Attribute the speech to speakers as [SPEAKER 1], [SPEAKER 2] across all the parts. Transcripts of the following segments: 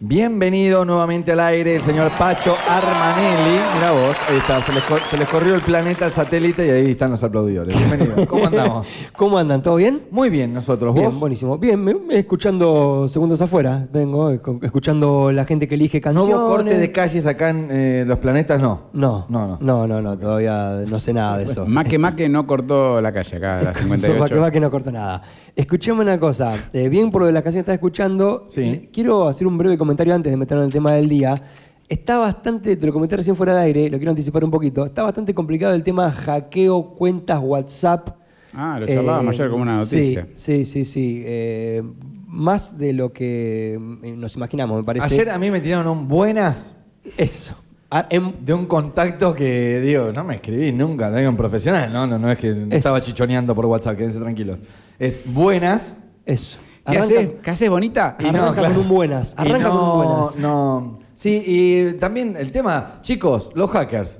[SPEAKER 1] Bienvenido nuevamente al aire el señor Pacho Armanelli. Mira vos, ahí está, se les, cor- se les corrió el planeta al satélite y ahí están los aplaudidores. Bienvenido, ¿cómo andamos?
[SPEAKER 2] ¿Cómo andan? ¿Todo bien?
[SPEAKER 1] Muy bien nosotros,
[SPEAKER 2] Bien,
[SPEAKER 1] vos.
[SPEAKER 2] buenísimo. Bien, me- me- escuchando segundos afuera, vengo eh, con- escuchando la gente que elige
[SPEAKER 1] no
[SPEAKER 2] canciones.
[SPEAKER 1] hubo corte de calles acá en eh, los planetas, no.
[SPEAKER 2] No,
[SPEAKER 1] No, no.
[SPEAKER 2] no, no, no, todavía no sé nada de eso.
[SPEAKER 3] Maque Maque no cortó la calle acá, la
[SPEAKER 2] Yo, va que
[SPEAKER 3] 58.
[SPEAKER 2] va que no corta nada. Escuchemos una cosa. eh, bien por lo de la canción que estás escuchando,
[SPEAKER 1] Sí.
[SPEAKER 2] eh, quiero hacer un breve comentario antes de meternos en el tema del día. Está bastante, te lo comenté recién fuera de aire, lo quiero anticipar un poquito. Está bastante complicado el tema hackeo, cuentas, WhatsApp. Eh,
[SPEAKER 3] Ah, lo charlábamos ayer como una noticia.
[SPEAKER 2] Sí, sí, sí. sí, eh, más de lo que eh, nos imaginamos, me parece.
[SPEAKER 1] Ayer a mí me tiraron un buenas
[SPEAKER 2] Eso. Ah, en-
[SPEAKER 1] de un contacto que, digo, no me escribí nunca, tengo un profesional, no, no, no es que estaba chichoneando por WhatsApp, quédense tranquilos. Es buenas.
[SPEAKER 2] eso.
[SPEAKER 3] ¿Qué
[SPEAKER 2] Arranca-
[SPEAKER 3] haces? ¿Qué haces, bonita?
[SPEAKER 2] Y- Arranca con un buenas,
[SPEAKER 1] Y
[SPEAKER 2] arranca con un buenas.
[SPEAKER 1] No, sí, y también el tema, chicos, los hackers.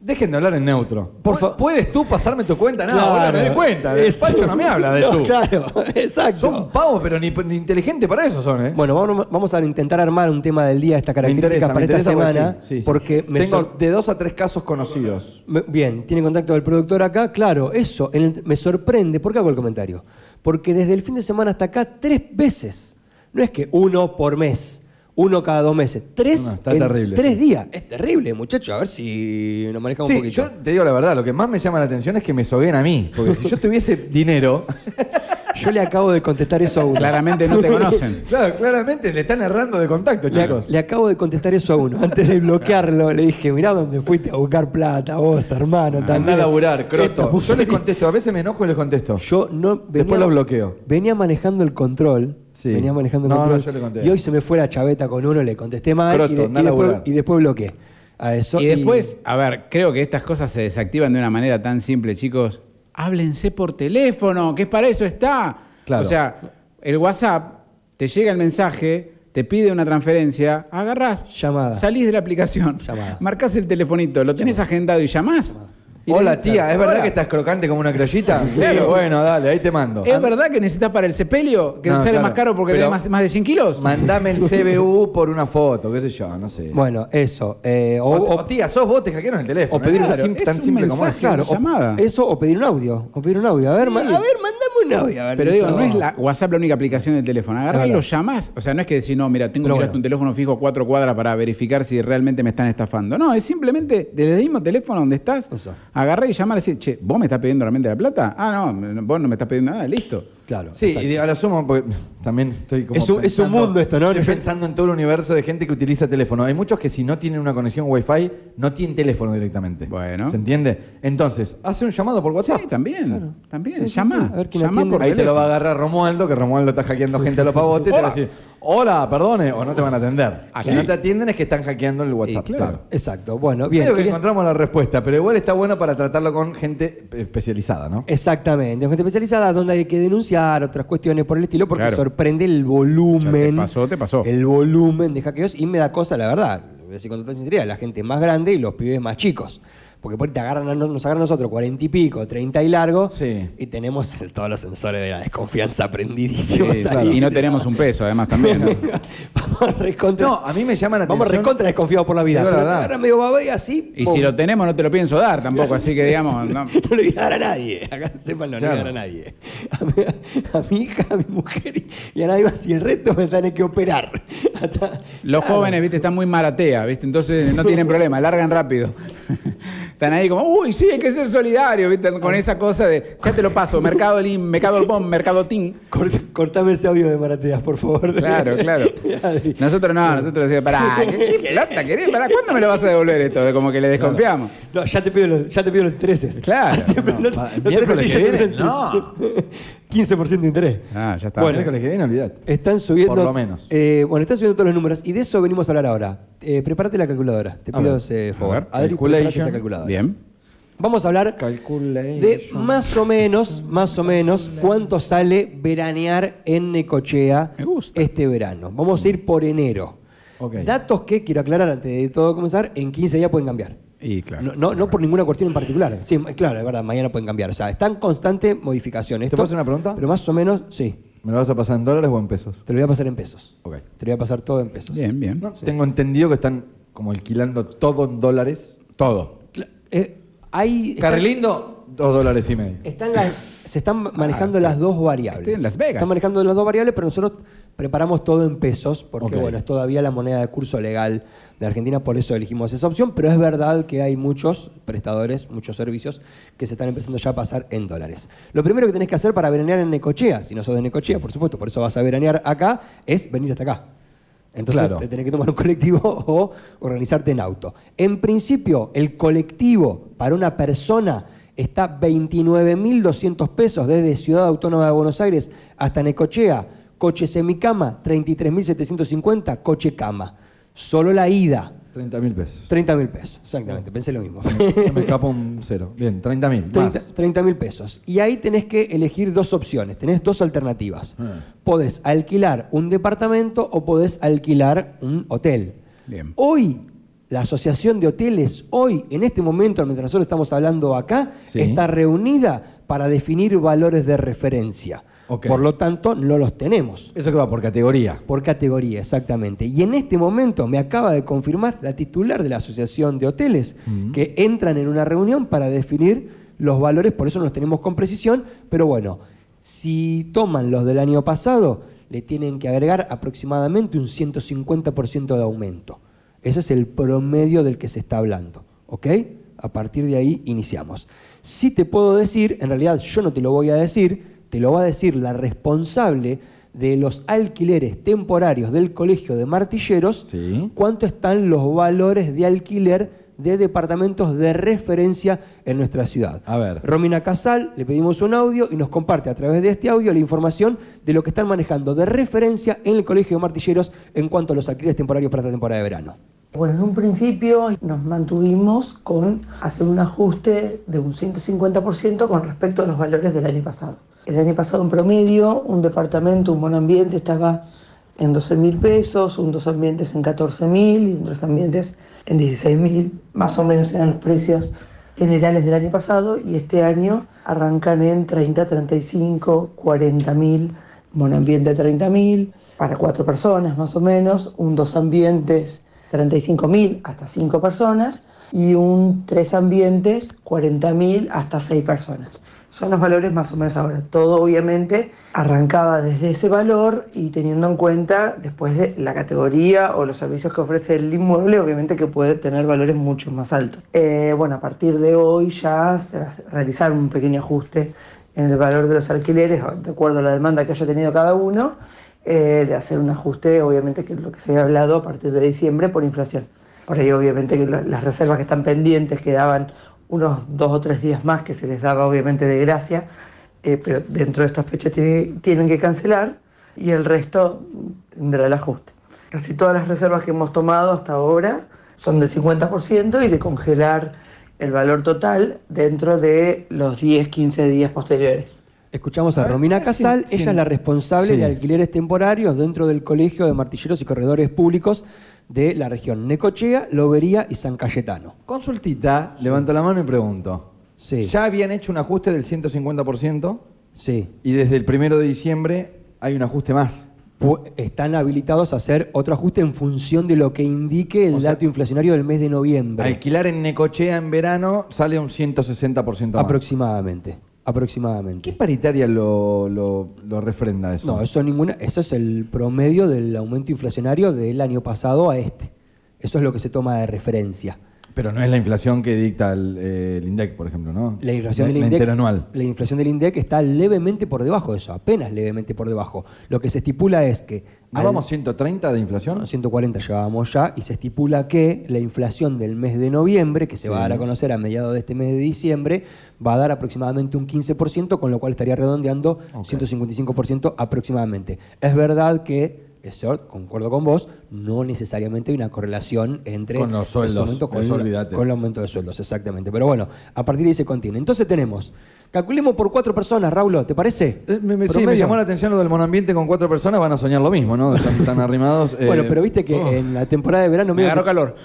[SPEAKER 1] Dejen de hablar en neutro. Por
[SPEAKER 2] Bueno.
[SPEAKER 1] favor, ¿puedes tú pasarme tu cuenta? No, ahora me doy cuenta. El
[SPEAKER 2] Eso.
[SPEAKER 1] Pacho no me habla de
[SPEAKER 2] No,
[SPEAKER 1] tú.
[SPEAKER 2] Claro, exacto.
[SPEAKER 1] Son pavos, pero ni, ni inteligentes para eso son, ¿eh?
[SPEAKER 2] Bueno, vamos, vamos a intentar armar un tema del día, estas
[SPEAKER 1] me
[SPEAKER 2] características
[SPEAKER 1] interesa,
[SPEAKER 2] para
[SPEAKER 1] me
[SPEAKER 2] esta
[SPEAKER 1] interesa porque
[SPEAKER 2] semana.
[SPEAKER 1] sí, sí, sí.
[SPEAKER 2] Porque me
[SPEAKER 1] tengo
[SPEAKER 2] sor-
[SPEAKER 1] de dos a tres casos conocidos.
[SPEAKER 2] me- Bien, tiene contacto del productor acá. Claro, eso en el- me sorprende. ¿Por qué hago el comentario? Porque desde el fin de semana hasta acá, tres veces. No es que uno por mes, uno cada dos meses. Tres,
[SPEAKER 1] No, no, está
[SPEAKER 2] en
[SPEAKER 1] terrible,
[SPEAKER 2] tres
[SPEAKER 1] sí.
[SPEAKER 2] días. Es terrible, muchachos. A ver si nos manejamos
[SPEAKER 1] Sí,
[SPEAKER 2] un poquito.
[SPEAKER 1] yo te digo la verdad, lo que más me llama la atención es que me sogueen a mí. Porque si yo tuviese dinero,
[SPEAKER 2] Yo le acabo de contestar eso a uno.
[SPEAKER 3] Claramente no te conocen.
[SPEAKER 1] claro, claramente le están errando de contacto,
[SPEAKER 2] Le,
[SPEAKER 1] chicos.
[SPEAKER 2] le acabo de contestar eso a uno. Antes de bloquearlo, le dije, mirá dónde fuiste a buscar plata, vos,
[SPEAKER 1] Ah,
[SPEAKER 2] hermano.
[SPEAKER 1] Andá a
[SPEAKER 2] también".
[SPEAKER 1] laburar,
[SPEAKER 2] Esta
[SPEAKER 1] croto. Yo
[SPEAKER 2] puta-
[SPEAKER 1] les contesto, a veces me enojo y les contesto.
[SPEAKER 2] Yo no venía,
[SPEAKER 1] Después los bloqueo.
[SPEAKER 2] Venía manejando el control.
[SPEAKER 1] Sí.
[SPEAKER 2] Venía manejando el
[SPEAKER 1] No,
[SPEAKER 2] control.
[SPEAKER 1] no, yo le conté.
[SPEAKER 2] Y hoy se me fue la chaveta con uno, le contesté mal.
[SPEAKER 1] Croto,
[SPEAKER 2] y, de- y
[SPEAKER 1] andá a
[SPEAKER 2] después,
[SPEAKER 1] laburar.
[SPEAKER 2] y después bloqueé a eso.
[SPEAKER 3] Y después, a ver, creo que estas cosas se desactivan de una manera tan simple, chicos. Háblense por teléfono, que es para eso está.
[SPEAKER 1] Claro.
[SPEAKER 3] O sea, el WhatsApp, te llega el mensaje, te pide una transferencia, agarrás,
[SPEAKER 2] Llamada.
[SPEAKER 3] salís de la aplicación,
[SPEAKER 2] Llamada.
[SPEAKER 3] marcás el telefonito, lo tenés agendado y llamás. Y
[SPEAKER 1] Hola
[SPEAKER 3] le-
[SPEAKER 1] tía, ¿es verdad
[SPEAKER 3] Hola.
[SPEAKER 1] que estás crocante como una criollita? Sí,
[SPEAKER 3] Claro.
[SPEAKER 1] bueno, dale, ahí te mando.
[SPEAKER 3] ¿Es verdad que necesitas para el sepelio que
[SPEAKER 1] No,
[SPEAKER 3] sale
[SPEAKER 1] claro.
[SPEAKER 3] más caro porque
[SPEAKER 1] Pero-
[SPEAKER 3] tenés más, más de 100 kilos?
[SPEAKER 1] Mandame el CBU por una foto, qué sé yo, no sé.
[SPEAKER 2] Bueno, eso. eh, o,
[SPEAKER 1] o,
[SPEAKER 2] o-
[SPEAKER 1] o tía, sos vos, te hackearon el teléfono.
[SPEAKER 2] o pedir
[SPEAKER 1] Claro,
[SPEAKER 2] una sim-
[SPEAKER 1] es
[SPEAKER 3] tan simple como
[SPEAKER 2] mensaje,
[SPEAKER 3] una
[SPEAKER 2] o-
[SPEAKER 3] llamada.
[SPEAKER 2] Eso, o pedir un audio. O pedir un audio. A ver, ma- a ver mandame un audio. a ver,
[SPEAKER 3] Pero digo,
[SPEAKER 2] eso.
[SPEAKER 3] no es la WhatsApp la única aplicación del teléfono.
[SPEAKER 2] Es
[SPEAKER 3] Agarralo,
[SPEAKER 2] verdad.
[SPEAKER 3] los llamás. O sea, no es que decís, no, mira, tengo
[SPEAKER 2] Pero
[SPEAKER 3] que ir
[SPEAKER 2] bueno.
[SPEAKER 3] hasta un teléfono fijo cuatro cuadras para verificar si realmente me están estafando. No, es simplemente desde el mismo teléfono donde estás,
[SPEAKER 2] Eso.
[SPEAKER 3] agarrar y llamar y decir, che, ¿vos me estás pidiendo realmente la plata? Ah, no, no, vos no me estás pidiendo nada, listo.
[SPEAKER 2] Claro.
[SPEAKER 1] Sí,
[SPEAKER 2] exacto.
[SPEAKER 1] y a lo sumo, porque también estoy como.
[SPEAKER 2] Es un- es un mundo esto, ¿no?
[SPEAKER 1] Estoy pensando en todo el universo de gente que utiliza teléfono. Hay muchos que si no tienen una conexión Wi-Fi, no tienen teléfono directamente.
[SPEAKER 3] Bueno.
[SPEAKER 1] ¿Se entiende? Entonces, hace un llamado por WhatsApp.
[SPEAKER 3] Sí, también, también.
[SPEAKER 2] Sí, sí,
[SPEAKER 3] llamá,
[SPEAKER 2] sí. A ver quién
[SPEAKER 3] llamá
[SPEAKER 2] atiende.
[SPEAKER 3] por
[SPEAKER 1] Ahí te lo va a
[SPEAKER 3] teléfono.
[SPEAKER 1] agarrar Romualdo, que Romualdo está hackeando gente a los pavotes, y te va a
[SPEAKER 3] Hola.
[SPEAKER 1] decir, hola, perdone, o no te van a atender.
[SPEAKER 3] Aquí.
[SPEAKER 1] Si no te atienden es que están hackeando el WhatsApp.
[SPEAKER 3] Y
[SPEAKER 1] claro.
[SPEAKER 3] claro.
[SPEAKER 2] Exacto. Bueno, bien.
[SPEAKER 1] Creo que
[SPEAKER 2] quería-
[SPEAKER 1] encontramos la respuesta, pero igual está bueno para tratarlo con gente especializada, ¿no?
[SPEAKER 2] Exactamente, gente especializada donde hay que denunciar otras cuestiones por el estilo porque
[SPEAKER 3] Claro.
[SPEAKER 2] sorprende el volumen.
[SPEAKER 3] Ya te pasó, te pasó.
[SPEAKER 2] El volumen de hackeos y me da cosa, la verdad, voy a decir con total sinceridad, la gente más grande y los pibes más chicos. Porque por ahí te agarran a no- nos agarran a nosotros cuarenta y pico, treinta y largo,
[SPEAKER 1] Sí.
[SPEAKER 2] y tenemos el- todos los sensores de la desconfianza prendidísimos
[SPEAKER 3] Sí,
[SPEAKER 2] ahí.
[SPEAKER 3] Y no tenemos un peso, además, también. ¿no?
[SPEAKER 2] Vamos recontra.
[SPEAKER 1] No, a mí me llaman la
[SPEAKER 2] Vamos
[SPEAKER 1] atención-
[SPEAKER 2] recontra desconfiados por la vida.
[SPEAKER 1] Digo la
[SPEAKER 2] Pero te
[SPEAKER 1] verdad.
[SPEAKER 2] agarran medio babé y así.
[SPEAKER 3] Y
[SPEAKER 2] pum,
[SPEAKER 3] si lo tenemos, no te lo pienso dar tampoco, así que digamos, no.
[SPEAKER 2] No le voy a dar a nadie. Acá sepan, no le voy a dar a
[SPEAKER 1] Claro.
[SPEAKER 2] nadie. A mi, a mi hija, a mi mujer y, y a nadie más. Y el resto me tienen que operar. Hasta-
[SPEAKER 3] Los jóvenes, viste, están muy maratea, viste, entonces no tienen problema, largan rápido. Están ahí como, uy, sí, hay que ser solidario, viste, con esa cosa de, ya te lo paso, Mercado Lim, Mercado Bon, Mercado Tin.
[SPEAKER 2] Cort- cortame ese audio de Marateas, por favor.
[SPEAKER 3] Claro, claro.
[SPEAKER 2] Adri.
[SPEAKER 3] Nosotros no, nosotros decimos, pará, ¿qué, qué plata querés? Pará, ¿cuándo me lo vas a devolver esto? Como que le desconfiamos.
[SPEAKER 2] No, ya te pido los, ya te pido los intereses.
[SPEAKER 3] Claro,
[SPEAKER 2] Ya te-
[SPEAKER 3] no,
[SPEAKER 2] no te-
[SPEAKER 1] para-
[SPEAKER 2] no te
[SPEAKER 1] miércoles
[SPEAKER 2] metí,
[SPEAKER 1] que
[SPEAKER 2] ya te
[SPEAKER 1] viene,
[SPEAKER 2] pido los intereses. 15% de interés.
[SPEAKER 3] Ah, ya está.
[SPEAKER 1] Bueno, miércoles que viene, olvidate.
[SPEAKER 2] Están subiendo.
[SPEAKER 1] Por lo menos.
[SPEAKER 2] eh, bueno, están subiendo todos los números y de eso venimos a hablar ahora. Eh, prepárate la calculadora. Te
[SPEAKER 1] A
[SPEAKER 2] pido
[SPEAKER 1] ver.
[SPEAKER 2] ese
[SPEAKER 3] A
[SPEAKER 2] favor.
[SPEAKER 3] ver,
[SPEAKER 2] Adri, prepárate
[SPEAKER 1] calculation.
[SPEAKER 2] esa calculadora.
[SPEAKER 3] Bien.
[SPEAKER 2] Vamos a hablar de
[SPEAKER 1] Calculation.
[SPEAKER 2] más o menos, más o menos, cuánto sale veranear en Necochea
[SPEAKER 3] Me gusta.
[SPEAKER 2] este verano. Vamos a ir por enero.
[SPEAKER 1] Ok.
[SPEAKER 2] Datos que quiero aclarar antes de todo comenzar, en 15 días pueden cambiar.
[SPEAKER 3] Y claro.
[SPEAKER 2] No, no, no por ninguna cuestión en particular. Sí, ma- claro, es verdad, mañana pueden cambiar. O sea, está en constante modificación. Esto-
[SPEAKER 1] puedo hacer una pregunta?
[SPEAKER 2] Pero más o menos, sí.
[SPEAKER 1] ¿Me lo vas a pasar en dólares o en pesos?
[SPEAKER 2] Te lo voy a pasar en pesos.
[SPEAKER 1] Ok.
[SPEAKER 2] Te lo voy a pasar todo en pesos.
[SPEAKER 3] Bien, bien.
[SPEAKER 1] No, Tengo entendido que están como alquilando todo en dólares. Todo.
[SPEAKER 2] Cla- eh, hay, están-
[SPEAKER 1] Carrilindo, dos dólares y medio.
[SPEAKER 2] están las- se están manejando las dos variables.
[SPEAKER 3] Ah, estoy en Las
[SPEAKER 2] Se
[SPEAKER 3] Vegas.
[SPEAKER 2] están manejando las dos variables, pero nosotros preparamos todo en pesos, porque
[SPEAKER 1] Ok.
[SPEAKER 2] bueno, es todavía la moneda de curso legal de Argentina, por eso elegimos esa opción, pero es verdad que hay muchos prestadores, muchos servicios que se están empezando ya a pasar en dólares. Lo primero que tenés que hacer para veranear en Necochea, si no sos de Necochea, por supuesto, por eso vas a veranear acá, es venir hasta acá. Entonces
[SPEAKER 1] Claro.
[SPEAKER 2] te tenés que tomar un colectivo o organizarte en auto. En principio, el colectivo para una persona está 29.200 pesos desde Ciudad Autónoma de Buenos Aires hasta Necochea. Coche semicama, 33.750, coche cama. Solo la ida,
[SPEAKER 1] 30 mil pesos.
[SPEAKER 2] 30.000 pesos. Exactamente, pensé lo mismo.
[SPEAKER 1] Se me escapa un cero. Bien, 30 mil.
[SPEAKER 2] 30 mil pesos. Y ahí tenés que elegir dos opciones, tenés dos alternativas.
[SPEAKER 1] Ah.
[SPEAKER 2] Podés alquilar un departamento o podés alquilar un hotel.
[SPEAKER 3] Bien.
[SPEAKER 2] Hoy, la Asociación de Hoteles, hoy, en este momento, mientras nosotros estamos hablando acá,
[SPEAKER 1] Sí.
[SPEAKER 2] está reunida para definir valores de referencia.
[SPEAKER 1] Ok.
[SPEAKER 2] Por lo tanto, no los tenemos.
[SPEAKER 1] Eso que va por categoría.
[SPEAKER 2] Por categoría, exactamente. Y en este momento me acaba de confirmar la titular de la Asociación de Hoteles
[SPEAKER 1] Mm.
[SPEAKER 2] que entran en una reunión para definir los valores, por eso no los tenemos con precisión, pero bueno, si toman los del año pasado, le tienen que agregar aproximadamente un 150% de aumento. Ese es el promedio del que se está hablando, ¿ok? A partir de ahí iniciamos. Si te puedo decir, en realidad yo no te lo voy a decir, te lo va a decir la responsable de los alquileres temporarios del Colegio de Martilleros,
[SPEAKER 1] Sí.
[SPEAKER 2] cuánto están los valores de alquiler de departamentos de referencia en nuestra ciudad.
[SPEAKER 1] A ver.
[SPEAKER 2] Romina Casal, le pedimos un audio y nos comparte a través de este audio la información de lo que están manejando de referencia en el Colegio de Martilleros en cuanto a los alquileres temporarios para esta temporada de verano.
[SPEAKER 4] Bueno, en un principio nos mantuvimos con hacer un ajuste de un 150% con respecto a los valores del año pasado. El año pasado en promedio un departamento, un monoambiente estaba en 12 mil pesos, un dos ambientes en 14 mil y un tres ambientes en 16 mil, más o menos eran los precios generales del año pasado y este año arrancan en 30, 35, 40 mil, monoambiente 30 mil, para cuatro personas más o menos, un dos ambientes 35.000 hasta 5 personas y un tres ambientes 40.000 hasta 6 personas. Son los valores más o menos ahora. Todo obviamente arrancaba desde ese valor y teniendo en cuenta después de la categoría o los servicios que ofrece el inmueble, obviamente que puede tener valores mucho más altos. Eh, bueno, a partir de hoy ya se va a realizar un pequeño ajuste en el valor de los alquileres, de acuerdo a la demanda que haya tenido cada uno, eh, de hacer un ajuste, obviamente, que es lo que se había hablado a partir de diciembre por inflación. Por ahí, obviamente, que la- las reservas que están pendientes quedaban unos dos o tres días más que se les daba, obviamente, de gracia, eh, pero dentro de estas fechas tiene- tienen que cancelar y el resto tendrá el ajuste. Casi todas las reservas que hemos tomado hasta ahora son del 50% y de congelar el valor total dentro de los 10, 15 días posteriores.
[SPEAKER 2] Escuchamos a Romina Casal,
[SPEAKER 1] sí.
[SPEAKER 2] ella es la responsable
[SPEAKER 1] Sí.
[SPEAKER 2] de alquileres temporarios dentro del Colegio de Martilleros y Corredores Públicos de la región Necochea, Lobería y San Cayetano.
[SPEAKER 1] Consultita, levanto la mano y pregunto.
[SPEAKER 2] Sí.
[SPEAKER 1] Ya habían hecho un ajuste del 150%
[SPEAKER 2] Sí.
[SPEAKER 1] y desde el primero de diciembre hay un ajuste más.
[SPEAKER 2] Pu- están habilitados a hacer otro ajuste en función de lo que indique el
[SPEAKER 1] O sea,
[SPEAKER 2] dato inflacionario del mes de noviembre.
[SPEAKER 1] Alquilar en Necochea en verano sale un 160% más.
[SPEAKER 2] aproximadamente. Aproximadamente.
[SPEAKER 1] ¿Qué paritaria lo, lo- lo refrenda eso?
[SPEAKER 2] No, eso ninguna, eso es el promedio del aumento inflacionario del año pasado a este. Eso es lo que se toma de referencia.
[SPEAKER 1] Pero no es la inflación que dicta el, eh, el INDEC, por ejemplo, ¿no?
[SPEAKER 2] La inflación,
[SPEAKER 1] La-
[SPEAKER 2] del
[SPEAKER 1] la
[SPEAKER 2] INDEC,
[SPEAKER 1] interanual.
[SPEAKER 2] la inflación del INDEC está levemente por debajo de eso, apenas levemente por debajo. Lo que se estipula es que...
[SPEAKER 1] ¿No
[SPEAKER 2] al-
[SPEAKER 1] vamos 130 de inflación?
[SPEAKER 2] ¿no? 140 llevábamos ya y se estipula que la inflación del mes de noviembre, que se va a dar a conocer a mediados de este mes de diciembre, va a dar aproximadamente un 15%, con lo cual estaría redondeando 155% aproximadamente. Es verdad que es cierto, concuerdo con vos, no necesariamente hay una correlación entre
[SPEAKER 1] Con los
[SPEAKER 2] el
[SPEAKER 1] sueldos,
[SPEAKER 2] aumento con,
[SPEAKER 1] eso
[SPEAKER 2] la-
[SPEAKER 1] olvídate.
[SPEAKER 2] con el aumento de sueldos, exactamente. Pero bueno, a partir de ahí se contiene. Entonces tenemos, calculemos por cuatro personas, Raulo, ¿te parece?
[SPEAKER 1] Eh, me- me- sí, me
[SPEAKER 2] Promedio.
[SPEAKER 1] llamó la atención lo del monoambiente con cuatro personas, van a soñar lo mismo, ¿no? Están tan arrimados. eh,
[SPEAKER 2] Bueno, pero viste que
[SPEAKER 1] oh.
[SPEAKER 2] en la temporada de verano
[SPEAKER 3] Me
[SPEAKER 2] medio
[SPEAKER 3] agarró
[SPEAKER 2] que-
[SPEAKER 3] calor.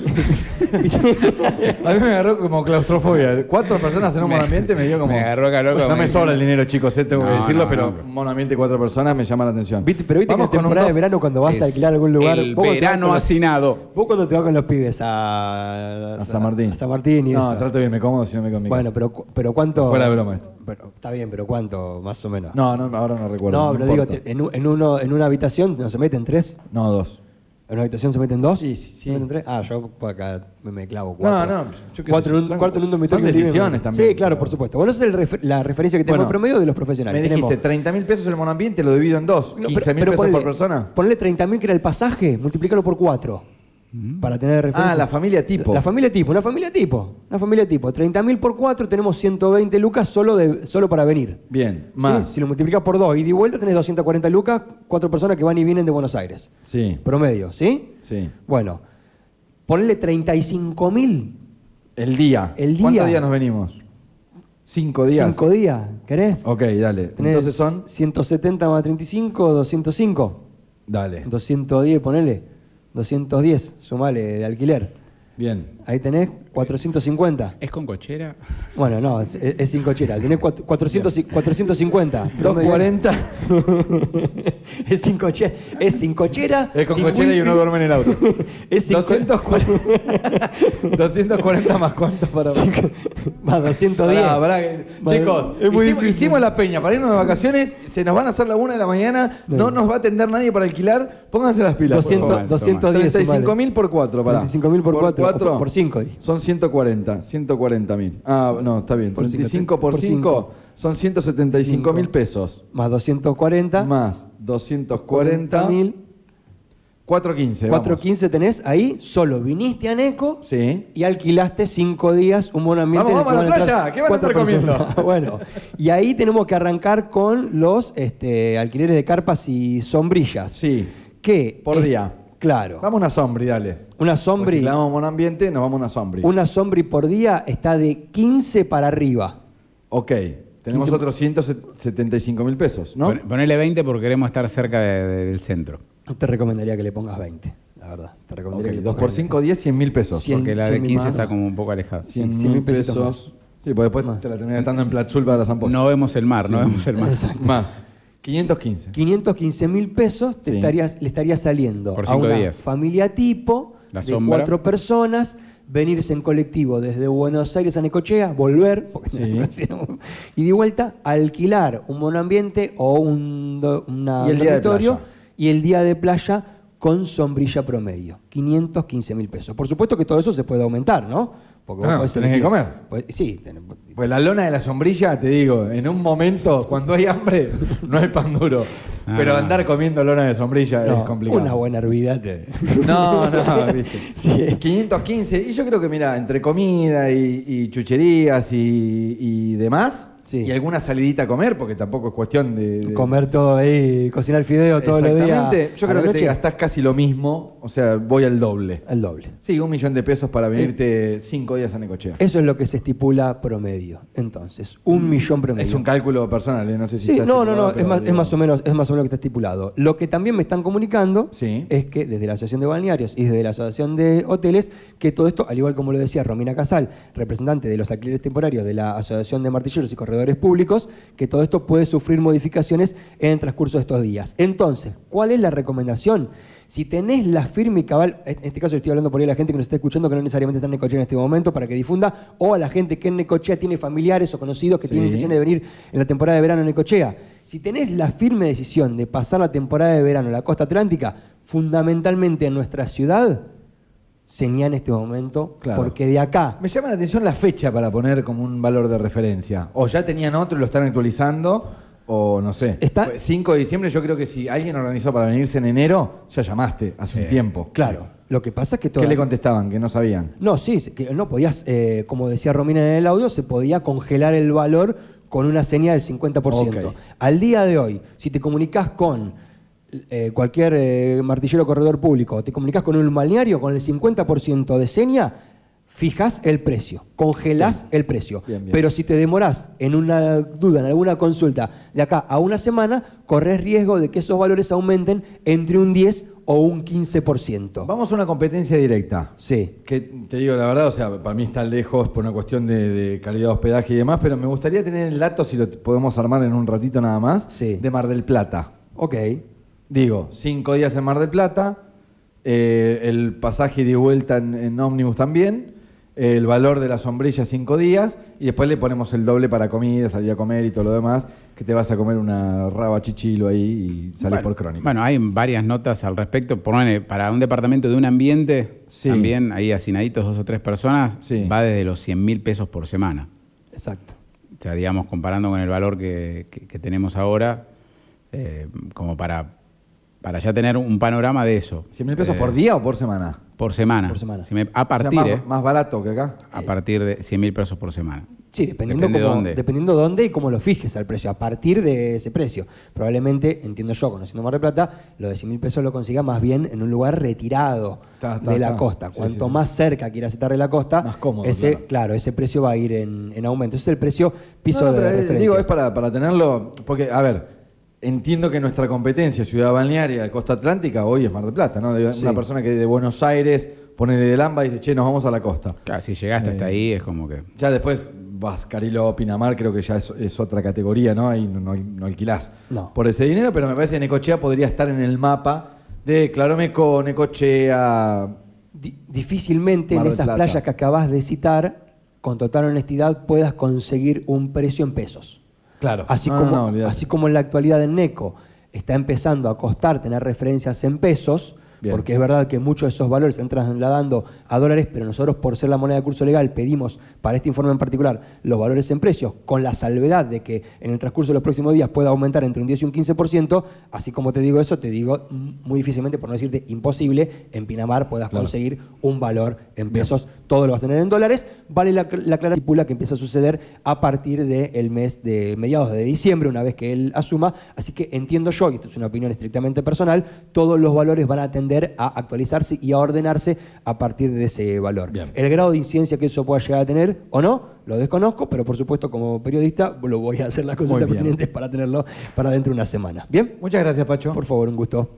[SPEAKER 1] A mí me agarró como claustrofobia. Cuatro personas en un
[SPEAKER 3] Me-
[SPEAKER 1] monoambiente me dio como.
[SPEAKER 3] me agarró calor
[SPEAKER 1] No
[SPEAKER 3] como-
[SPEAKER 1] me sobra el dinero, chicos, eh, tengo que
[SPEAKER 3] No,
[SPEAKER 1] decirlo,
[SPEAKER 3] no,
[SPEAKER 1] pero
[SPEAKER 3] no.
[SPEAKER 1] monoambiente cuatro personas me llama la atención.
[SPEAKER 2] Viste- pero viste
[SPEAKER 1] Vamos
[SPEAKER 2] que en
[SPEAKER 1] con un
[SPEAKER 2] temporada de
[SPEAKER 1] top.
[SPEAKER 2] verano cuando vas a
[SPEAKER 3] Es
[SPEAKER 2] alquilar algún lugar.
[SPEAKER 3] El
[SPEAKER 2] vos cuando te vas
[SPEAKER 3] verano
[SPEAKER 2] con los-
[SPEAKER 3] hacinado. Ah,
[SPEAKER 2] Vos cuando te vas con los pibes a,
[SPEAKER 1] A San Martín.
[SPEAKER 2] a San Martín y
[SPEAKER 1] No,
[SPEAKER 2] eso.
[SPEAKER 1] trato bien, me cómodo si no me conmigo.
[SPEAKER 2] Bueno, pero, cu- pero cuánto.
[SPEAKER 1] Fuera de broma esto.
[SPEAKER 2] Pero, está bien, pero cuánto, más o menos.
[SPEAKER 1] No, no, ahora no recuerdo. no
[SPEAKER 2] No, pero digo,
[SPEAKER 1] importa.
[SPEAKER 2] te- en, un- en uno, en una habitación no se meten tres.
[SPEAKER 1] No, dos.
[SPEAKER 2] ¿En una habitación se meten dos?
[SPEAKER 1] Sí, sí, sí.
[SPEAKER 2] ¿Se meten tres? Ah, yo por acá me, me clavo cuatro.
[SPEAKER 1] No, no, yo qué
[SPEAKER 2] cuatro
[SPEAKER 1] sé,
[SPEAKER 2] en un,
[SPEAKER 1] son-
[SPEAKER 2] cuarto en
[SPEAKER 1] son
[SPEAKER 2] un dormitorio. un living.
[SPEAKER 1] decisiones también,
[SPEAKER 2] Sí, claro,
[SPEAKER 1] pero-
[SPEAKER 2] por supuesto. Bueno, esa es el refer- la referencia que tenemos
[SPEAKER 1] Bueno,
[SPEAKER 2] el promedio de los profesionales.
[SPEAKER 1] Me dijiste
[SPEAKER 2] Tenemos-
[SPEAKER 1] 30 mil pesos el monoambiente, lo divido en dos.
[SPEAKER 2] No,
[SPEAKER 1] 15 mil
[SPEAKER 2] pero
[SPEAKER 1] pesos por
[SPEAKER 2] ponele-
[SPEAKER 1] persona.
[SPEAKER 2] Ponele 30.000 que era el pasaje, multiplicarlo por 4. Para tener de referencia.
[SPEAKER 1] Ah, la familia tipo.
[SPEAKER 2] La familia tipo, una familia tipo. Una familia tipo. 30.000 por 4 tenemos 120 lucas solo, de, solo para venir.
[SPEAKER 1] Bien,
[SPEAKER 2] Sí,
[SPEAKER 1] más.
[SPEAKER 2] si lo multiplicas por 2 y de vuelta tenés 240 lucas, cuatro personas que van y vienen de Buenos Aires.
[SPEAKER 1] Sí.
[SPEAKER 2] Promedio, ¿sí?
[SPEAKER 1] Sí.
[SPEAKER 2] Bueno, ponele 35.000
[SPEAKER 1] El día.
[SPEAKER 2] El
[SPEAKER 1] ¿Cuántos
[SPEAKER 2] día.
[SPEAKER 1] días nos venimos? Cinco días.
[SPEAKER 2] 5 días, ¿querés?
[SPEAKER 1] Ok, dale.
[SPEAKER 2] Tenés
[SPEAKER 1] Entonces son.
[SPEAKER 2] 170 más 35, 205.
[SPEAKER 1] Dale.
[SPEAKER 2] 210, ponele. 210, sumale de alquiler.
[SPEAKER 1] Bien.
[SPEAKER 2] Ahí tenés 450.
[SPEAKER 3] ¿Es con cochera?
[SPEAKER 2] Bueno, no, es, es sin cochera. Tenés cuat- 400 y- 450.
[SPEAKER 1] 240.
[SPEAKER 2] es sin cochera. Es sin cochera.
[SPEAKER 1] Es con
[SPEAKER 2] sin
[SPEAKER 1] cochera y
[SPEAKER 2] wifi.
[SPEAKER 1] uno duerme en el auto.
[SPEAKER 2] Es sin co-
[SPEAKER 1] 240. 240 más cuánto para.
[SPEAKER 2] Va, 210.
[SPEAKER 1] Pará, pará, que-
[SPEAKER 2] Vale,
[SPEAKER 1] Chicos,
[SPEAKER 2] es muy
[SPEAKER 1] hicimos,
[SPEAKER 2] difícil.
[SPEAKER 1] hicimos la peña para irnos de vacaciones. Se nos van a hacer la una de la mañana. No, nos va a atender nadie para alquilar. Pónganse las pilas.
[SPEAKER 2] 200,
[SPEAKER 1] por favor.
[SPEAKER 2] 210
[SPEAKER 1] 35 mil por 4, para.
[SPEAKER 2] 35.000 por cuatro, o por cinco, dije.
[SPEAKER 1] Son 140, 140 mil. Ah, no, está bien.
[SPEAKER 2] Por cinco,
[SPEAKER 1] 35 por
[SPEAKER 2] por
[SPEAKER 1] 5 son 175 mil
[SPEAKER 2] Cinco.
[SPEAKER 1] pesos.
[SPEAKER 2] Más 240.
[SPEAKER 1] Más 240
[SPEAKER 2] mil.
[SPEAKER 1] 415. vamos.
[SPEAKER 2] 415 tenés ahí. Solo viniste a Neco.
[SPEAKER 1] Sí.
[SPEAKER 2] y alquilaste cinco días un buen ambiente.
[SPEAKER 1] Vamos,
[SPEAKER 2] en el
[SPEAKER 1] vamos a
[SPEAKER 2] que
[SPEAKER 1] la
[SPEAKER 2] entrar
[SPEAKER 1] playa, ¿qué van a
[SPEAKER 2] cuatro
[SPEAKER 1] estar comiendo?
[SPEAKER 2] personas. bueno, y ahí tenemos que arrancar con los este, alquileres de carpas y sombrillas.
[SPEAKER 1] Sí.
[SPEAKER 2] Que
[SPEAKER 1] Por
[SPEAKER 2] es-
[SPEAKER 1] día.
[SPEAKER 2] Claro.
[SPEAKER 1] Vamos a una sombra, dale.
[SPEAKER 2] Una
[SPEAKER 1] Porque
[SPEAKER 2] sombri,
[SPEAKER 1] Si le damos buen ambiente, nos vamos a una sombra.
[SPEAKER 2] una sombri por día está de 15 para arriba.
[SPEAKER 1] Ok, tenemos
[SPEAKER 2] 15.
[SPEAKER 1] otros 175 mil pesos, ¿no?
[SPEAKER 3] Pon- Ponele 20 porque queremos estar cerca de- de- del centro.
[SPEAKER 2] No te recomendaría que le pongas 20, la verdad. Te recomendaría que le
[SPEAKER 1] 2 por
[SPEAKER 2] pongas
[SPEAKER 1] 5, 10, 100 mil pesos.
[SPEAKER 2] Cien.
[SPEAKER 3] Porque la de
[SPEAKER 2] 100.000
[SPEAKER 3] 15
[SPEAKER 2] más.
[SPEAKER 3] está como un poco alejada.
[SPEAKER 1] 100
[SPEAKER 2] Sí, 100.000
[SPEAKER 1] mil
[SPEAKER 2] pesitos
[SPEAKER 1] pesos. Sí, pues después te la terminas gastando en Platzul para la zampolla.
[SPEAKER 3] No vemos el mar, no vemos el mar.
[SPEAKER 1] Más. 515.
[SPEAKER 2] 515 mil pesos te
[SPEAKER 1] Sí.
[SPEAKER 2] estarías, le estaría saliendo
[SPEAKER 3] Por
[SPEAKER 2] a
[SPEAKER 3] cinco
[SPEAKER 2] una
[SPEAKER 3] días.
[SPEAKER 2] familia tipo
[SPEAKER 3] La
[SPEAKER 2] de
[SPEAKER 3] sombra.
[SPEAKER 2] cuatro personas, venirse en colectivo desde Buenos Aires a Necochea, volver, porque
[SPEAKER 1] Sí.
[SPEAKER 2] no hacíamos- y de vuelta alquilar un monoambiente o un, do- una-
[SPEAKER 1] Y el
[SPEAKER 2] un
[SPEAKER 1] día de
[SPEAKER 2] dormitorio
[SPEAKER 1] playa.
[SPEAKER 2] y el día de playa con sombrilla promedio, 515 mil pesos. Por supuesto que todo eso se puede aumentar, ¿no? Porque
[SPEAKER 1] Ah,
[SPEAKER 2] podés
[SPEAKER 1] tenés que
[SPEAKER 2] elegir.
[SPEAKER 1] comer.
[SPEAKER 2] Podés- sí, tenés-
[SPEAKER 1] Pues la lona de la sombrilla, te digo, en un momento, cuando hay hambre, no hay pan duro. Pero
[SPEAKER 3] Ah.
[SPEAKER 1] andar comiendo lona de sombrilla
[SPEAKER 2] no,
[SPEAKER 1] es complicado.
[SPEAKER 2] Una buena hervida te-
[SPEAKER 1] No, no, viste.
[SPEAKER 2] Sí.
[SPEAKER 1] 515. Y yo creo que, mira, entre comida y, y chucherías y, y demás,
[SPEAKER 2] Sí.
[SPEAKER 1] y alguna salidita a comer, porque tampoco es cuestión de. de-
[SPEAKER 2] Comer todo ahí, cocinar fideo todos los días.
[SPEAKER 1] Exactamente. Yo
[SPEAKER 2] a la
[SPEAKER 1] creo que te
[SPEAKER 2] noche,
[SPEAKER 1] gastás casi lo mismo, o sea, voy al doble.
[SPEAKER 2] El doble.
[SPEAKER 1] Sí, un millón de pesos para venirte cinco días a Necochea.
[SPEAKER 2] Eso Eh. es lo que se estipula promedio. Entonces, un millón promedio.
[SPEAKER 1] Mm. Es un cálculo personal, ¿eh? no sé si
[SPEAKER 2] Sí,
[SPEAKER 1] está
[SPEAKER 2] no, no, no,
[SPEAKER 1] estipulado,
[SPEAKER 2] es más,
[SPEAKER 1] pero
[SPEAKER 2] es, más o menos, es más o menos lo que está estipulado. Lo que también me están comunicando
[SPEAKER 1] Sí.
[SPEAKER 2] es que desde la Asociación de Balnearios y desde la Asociación de Hoteles, que todo esto, al igual como lo decía Romina Casal, representante de los alquileres temporarios de la Asociación de Martilleros y Corredores Públicos, que todo esto puede sufrir modificaciones en el transcurso de estos días. Entonces, ¿cuál es la recomendación? Si tenés la firme y cabal, en este caso estoy hablando por ahí a la gente que nos está escuchando, que no necesariamente está en Necochea en este momento, para que difunda, o a la gente que en Necochea tiene familiares o conocidos que
[SPEAKER 1] Sí.
[SPEAKER 2] tienen intenciones de venir en la temporada de verano en Necochea. Si tenés la firme decisión de pasar la temporada de verano en la costa atlántica, fundamentalmente en nuestra ciudad, señala en este momento,
[SPEAKER 1] Claro.
[SPEAKER 2] porque de acá,
[SPEAKER 1] Me llama la atención la fecha para poner como un valor de referencia. O ya tenían otro y lo están actualizando, o no sé.
[SPEAKER 2] Está-
[SPEAKER 1] Pues, 5 de diciembre, yo creo que si alguien organizó para venirse en enero, ya llamaste hace un tiempo.
[SPEAKER 2] claro, lo que pasa es que
[SPEAKER 1] ¿Qué
[SPEAKER 2] todo...
[SPEAKER 1] le contestaban? Que no sabían.
[SPEAKER 2] No, sí, se- que no podías, eh, como decía Romina en el audio, se podía congelar el valor con una señal del 50%.
[SPEAKER 1] Ok.
[SPEAKER 2] Al día de hoy, si te comunicas con eh, cualquier eh, martillero corredor público, te comunicas con un balneario, con el 50% de seña, fijas el precio, congelás el precio.
[SPEAKER 1] Bien, bien.
[SPEAKER 2] Pero si te demorás en una duda, en alguna consulta, de acá a una semana, corres riesgo de que esos valores aumenten entre un 10 o un 15%.
[SPEAKER 1] Vamos a una competencia directa.
[SPEAKER 2] Sí.
[SPEAKER 1] Que te digo la verdad, o sea, para mí está lejos por una cuestión de, de calidad de hospedaje y demás, pero me gustaría tener el dato, si lo t- podemos armar en un ratito nada más,
[SPEAKER 2] Sí.
[SPEAKER 1] de Mar del Plata.
[SPEAKER 2] Ok.
[SPEAKER 1] Digo, cinco días en Mar del Plata, eh, el pasaje de vuelta en, en ómnibus también, el valor de la sombrilla cinco días, y después le ponemos el doble para comida, salir a comer y todo lo demás, que te vas a comer una raba chichilo ahí y sales
[SPEAKER 3] Bueno,
[SPEAKER 1] por crónica.
[SPEAKER 3] Bueno, hay varias notas al respecto. Por lo menos para un departamento de un ambiente,
[SPEAKER 1] Sí.
[SPEAKER 3] también ahí hacinaditos dos o tres personas,
[SPEAKER 1] Sí.
[SPEAKER 3] va desde los 100 mil pesos por semana.
[SPEAKER 1] exacto.
[SPEAKER 3] O sea, digamos, comparando con el valor que, que- que tenemos ahora, eh, como para, para ya tener un panorama de eso.
[SPEAKER 1] ¿100 mil pesos
[SPEAKER 3] Eh,
[SPEAKER 1] por día o por semana?
[SPEAKER 3] Por semana.
[SPEAKER 2] Por semana.
[SPEAKER 3] Si me- a
[SPEAKER 1] O sea,
[SPEAKER 3] partir,
[SPEAKER 1] más,
[SPEAKER 3] eh,
[SPEAKER 1] más barato que acá.
[SPEAKER 3] a partir de 100 mil pesos por semana.
[SPEAKER 2] Sí, dependiendo,
[SPEAKER 3] Depende
[SPEAKER 2] cómo,
[SPEAKER 3] dónde.
[SPEAKER 2] dependiendo dónde y cómo lo fijes al precio. A partir de ese precio. Probablemente, entiendo yo, conociendo Mar del Plata, lo de 100 mil pesos lo consiga más bien en un lugar retirado
[SPEAKER 1] Ta, ta,
[SPEAKER 2] de la
[SPEAKER 1] ta.
[SPEAKER 2] costa.
[SPEAKER 1] Sí,
[SPEAKER 2] Cuanto
[SPEAKER 1] sí, sí.
[SPEAKER 2] más cerca quieras estar de la costa,
[SPEAKER 1] Más cómodo,
[SPEAKER 2] ese,
[SPEAKER 1] claro.
[SPEAKER 2] claro. ese precio va a ir en, en aumento. Ese es el precio piso
[SPEAKER 1] No, no,
[SPEAKER 2] de
[SPEAKER 1] pero, eh,
[SPEAKER 2] referencia.
[SPEAKER 1] Digo, es para, para tenerlo, porque, a ver, entiendo que nuestra competencia, Ciudad Balnearia, Costa Atlántica, hoy es Mar del Plata, ¿no? De-
[SPEAKER 2] Sí.
[SPEAKER 1] Una persona que de Buenos Aires pone del AMBA y dice, che, nos vamos a la costa.
[SPEAKER 3] Claro, si llegaste hasta ahí es como que...
[SPEAKER 1] Ya después vas Carilo Pinamar, creo que ya es, es otra categoría, ¿no? Ahí no, no- no alquilás
[SPEAKER 2] No.
[SPEAKER 1] por ese dinero, pero me parece que Necochea podría estar en el mapa de Claromeco, Necochea.
[SPEAKER 2] Di- difícilmente
[SPEAKER 1] Mar
[SPEAKER 2] en
[SPEAKER 1] del
[SPEAKER 2] esas
[SPEAKER 1] Plata.
[SPEAKER 2] playas que acabas de citar, con total honestidad, puedas conseguir un precio en pesos.
[SPEAKER 1] Claro.
[SPEAKER 2] Así,
[SPEAKER 1] No, no, no,
[SPEAKER 2] como,
[SPEAKER 1] olvidate.
[SPEAKER 2] así como en la actualidad el NECO está empezando a costar tener referencias en pesos,
[SPEAKER 1] Bien.
[SPEAKER 2] porque es verdad que muchos de esos valores se están trasladando a dólares, pero nosotros por ser la moneda de curso legal pedimos para este informe en particular los valores en precios, con la salvedad de que en el transcurso de los próximos días pueda aumentar entre un 10 y un 15%, así como te digo eso, te digo mm, muy difícilmente, por no decirte imposible, en Pinamar puedas
[SPEAKER 1] Claro.
[SPEAKER 2] conseguir un valor en pesos, todo lo vas a tener en dólares, vale la, la clara estipula que empieza a suceder a partir del mes de mediados de diciembre, una vez que él asuma, así que entiendo yo, y esto es una opinión estrictamente personal, todos los valores van a tender a actualizarse y a ordenarse a partir de ese valor.
[SPEAKER 1] Bien.
[SPEAKER 2] El grado de incidencia que eso pueda llegar a tener o no, lo desconozco, pero por supuesto como periodista lo voy a hacer las
[SPEAKER 1] Muy
[SPEAKER 2] consultas
[SPEAKER 1] bien.
[SPEAKER 2] pertinentes para tenerlo para dentro de una semana. ¿Bien?
[SPEAKER 1] Muchas gracias, Pacho.
[SPEAKER 2] Por favor, un gusto.